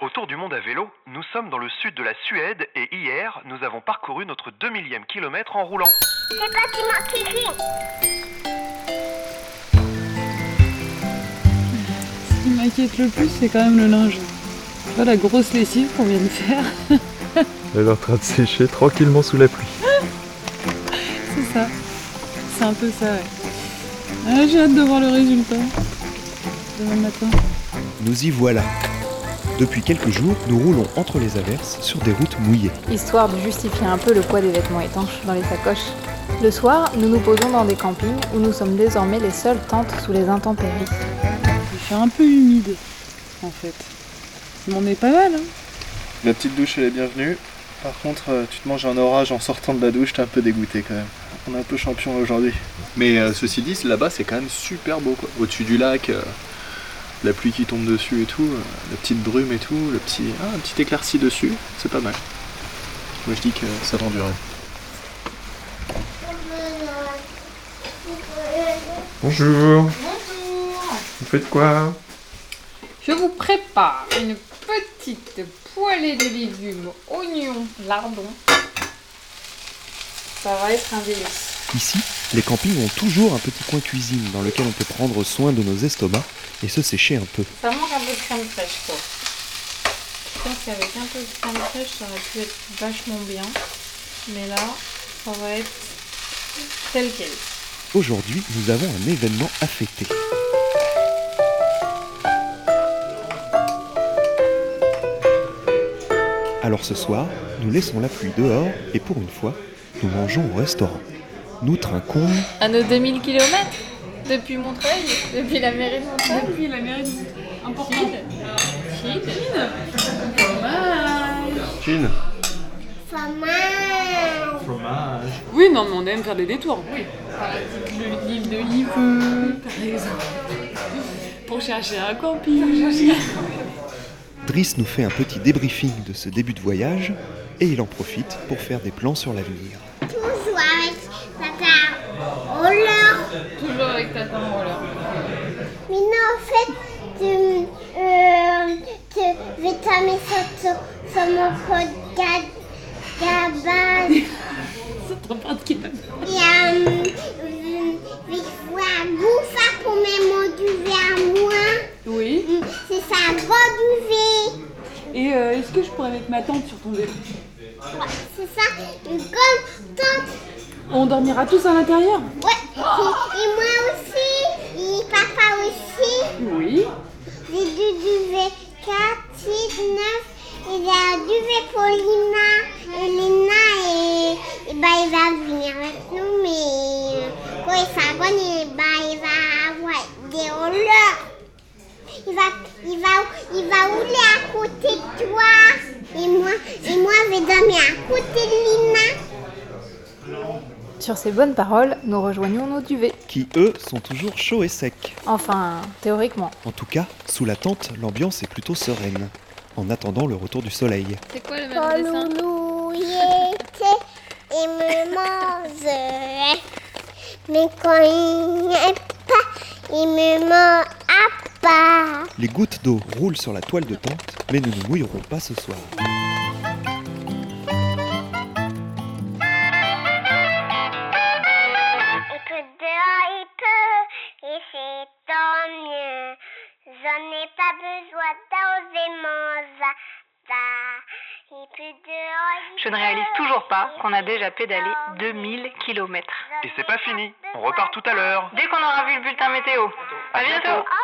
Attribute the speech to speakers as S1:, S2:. S1: retour du monde à vélo, nous sommes dans le sud de la Suède et hier, nous avons parcouru notre 2 millième kilomètre en roulant.
S2: C'est pas qui m'a kiffé.
S3: Ce qui m'inquiète le plus, c'est quand même le linge. Tu vois la grosse lessive qu'on vient de faire,
S4: Elle est en train de sécher tranquillement sous la pluie.
S3: c'est ça. C'est un peu ça, ouais. Ah, J'ai hâte de voir le résultat. Demain matin.
S5: Nous y voilà. Depuis quelques jours, nous roulons entre les averses sur des routes mouillées.
S6: histoire de justifier un peu le poids des vêtements étanches dans les sacoches. Le soir, nous nous posons dans des campings où nous sommes désormais les seules tentes sous les intempéries.
S3: Il fait un peu humide, en fait. Mais on est pas mal, hein.
S7: La petite douche, elle est bienvenue. Par contre, euh, tu te manges un orage en sortant de la douche, t'es un peu dégoûté quand même. On est un peu champion aujourd'hui. Mais euh, ceci dit, là-bas, c'est quand même super beau, quoi. Au-dessus du lac, euh, la pluie qui tombe dessus et tout, euh, la petite brume et tout, le petit, ah, un petit éclairci dessus, c'est pas mal. Moi, je dis que ça vend du rêve.
S4: Bonjour,
S2: Bonjour.
S4: vous faites quoi
S8: Je vous prépare une petite poêlée de légumes, oignons, lardons. Ça va être un délice.
S5: Ici, les campings ont toujours un petit coin cuisine dans lequel on peut prendre soin de nos estomacs et se sécher un peu.
S8: Ça manque un peu de crème fraîche, quoi. Je pense qu'avec un peu de crème fraîche, ça aurait pu être vachement bien. Mais là, ça va être tel quel.
S5: Aujourd'hui, nous avons un événement à fêter. Alors ce soir, nous laissons la pluie dehors et pour une fois, nous mangeons au restaurant. Nous trinquons
S8: À nos 2000 km depuis Montreuil, depuis la mairie de Montreuil.
S3: Oui, la mairie Important.
S2: Ça m'a.
S3: Oui, non, mais on aime faire des détours. Oui. Le livre de Yves, par exemple. Pour chercher un camping.
S5: Driss nous fait un petit débriefing de ce début de voyage et il en profite pour faire des plans sur l'avenir.
S2: Bonjour avec papa. Oh là.
S8: Toujours avec ta femme roller.
S2: Mais non, en fait, tu, euh, tu vais t'amener sur, sur, sur mon podcast Gabin. Et euh, euh, je vois bouffer pour me motiver à moi.
S3: Oui.
S2: C'est ça, motiver.
S3: Et euh, est-ce que je pourrais mettre ma tente sur ton vélo
S2: C'est ça, une grande tante.
S3: On dormira tous à l'intérieur
S2: Ouais, et, et moi aussi, et papa aussi.
S3: Oui.
S2: J'ai du duvet 4, 6, 9. Et la duvet pour Lina. Et Lina, et, et bah, il va venir avec nous, mais euh, quand il s'abonne, il, bah, il va avoir des rollers. Il va, il va, il va rouler à côté de toi. Et moi, et moi, je vais dormir à côté de Lina.
S6: Sur ces bonnes paroles, nous rejoignons nos duvets.
S5: Qui, eux, sont toujours chauds et secs.
S6: Enfin, théoriquement.
S5: En tout cas, sous la tente, l'ambiance est plutôt sereine. En attendant le retour du soleil.
S8: C'est quoi le
S2: Quand
S8: même dessin
S2: loulou y était, il me mangeait. Mais quand il n'y est pas, il me mange à part.
S5: Les gouttes d'eau roulent sur la toile de tente, mais nous ne mouillerons pas ce soir.
S2: Et que dehors il peut, et c'est tant mieux. J'en ai pas besoin d'oser mon zaza. Et que dehors il
S9: Je ne réalise
S2: peut,
S9: toujours pas
S2: et
S9: qu'on a
S2: c'est
S9: déjà pédalé
S2: tant mieux.
S9: 2000 km.
S2: J'en
S1: Et
S2: ai
S1: c'est pas fini, on repart tout à l'heure.
S9: Dès qu'on aura vu le bulletin météo. À bientôt
S2: Au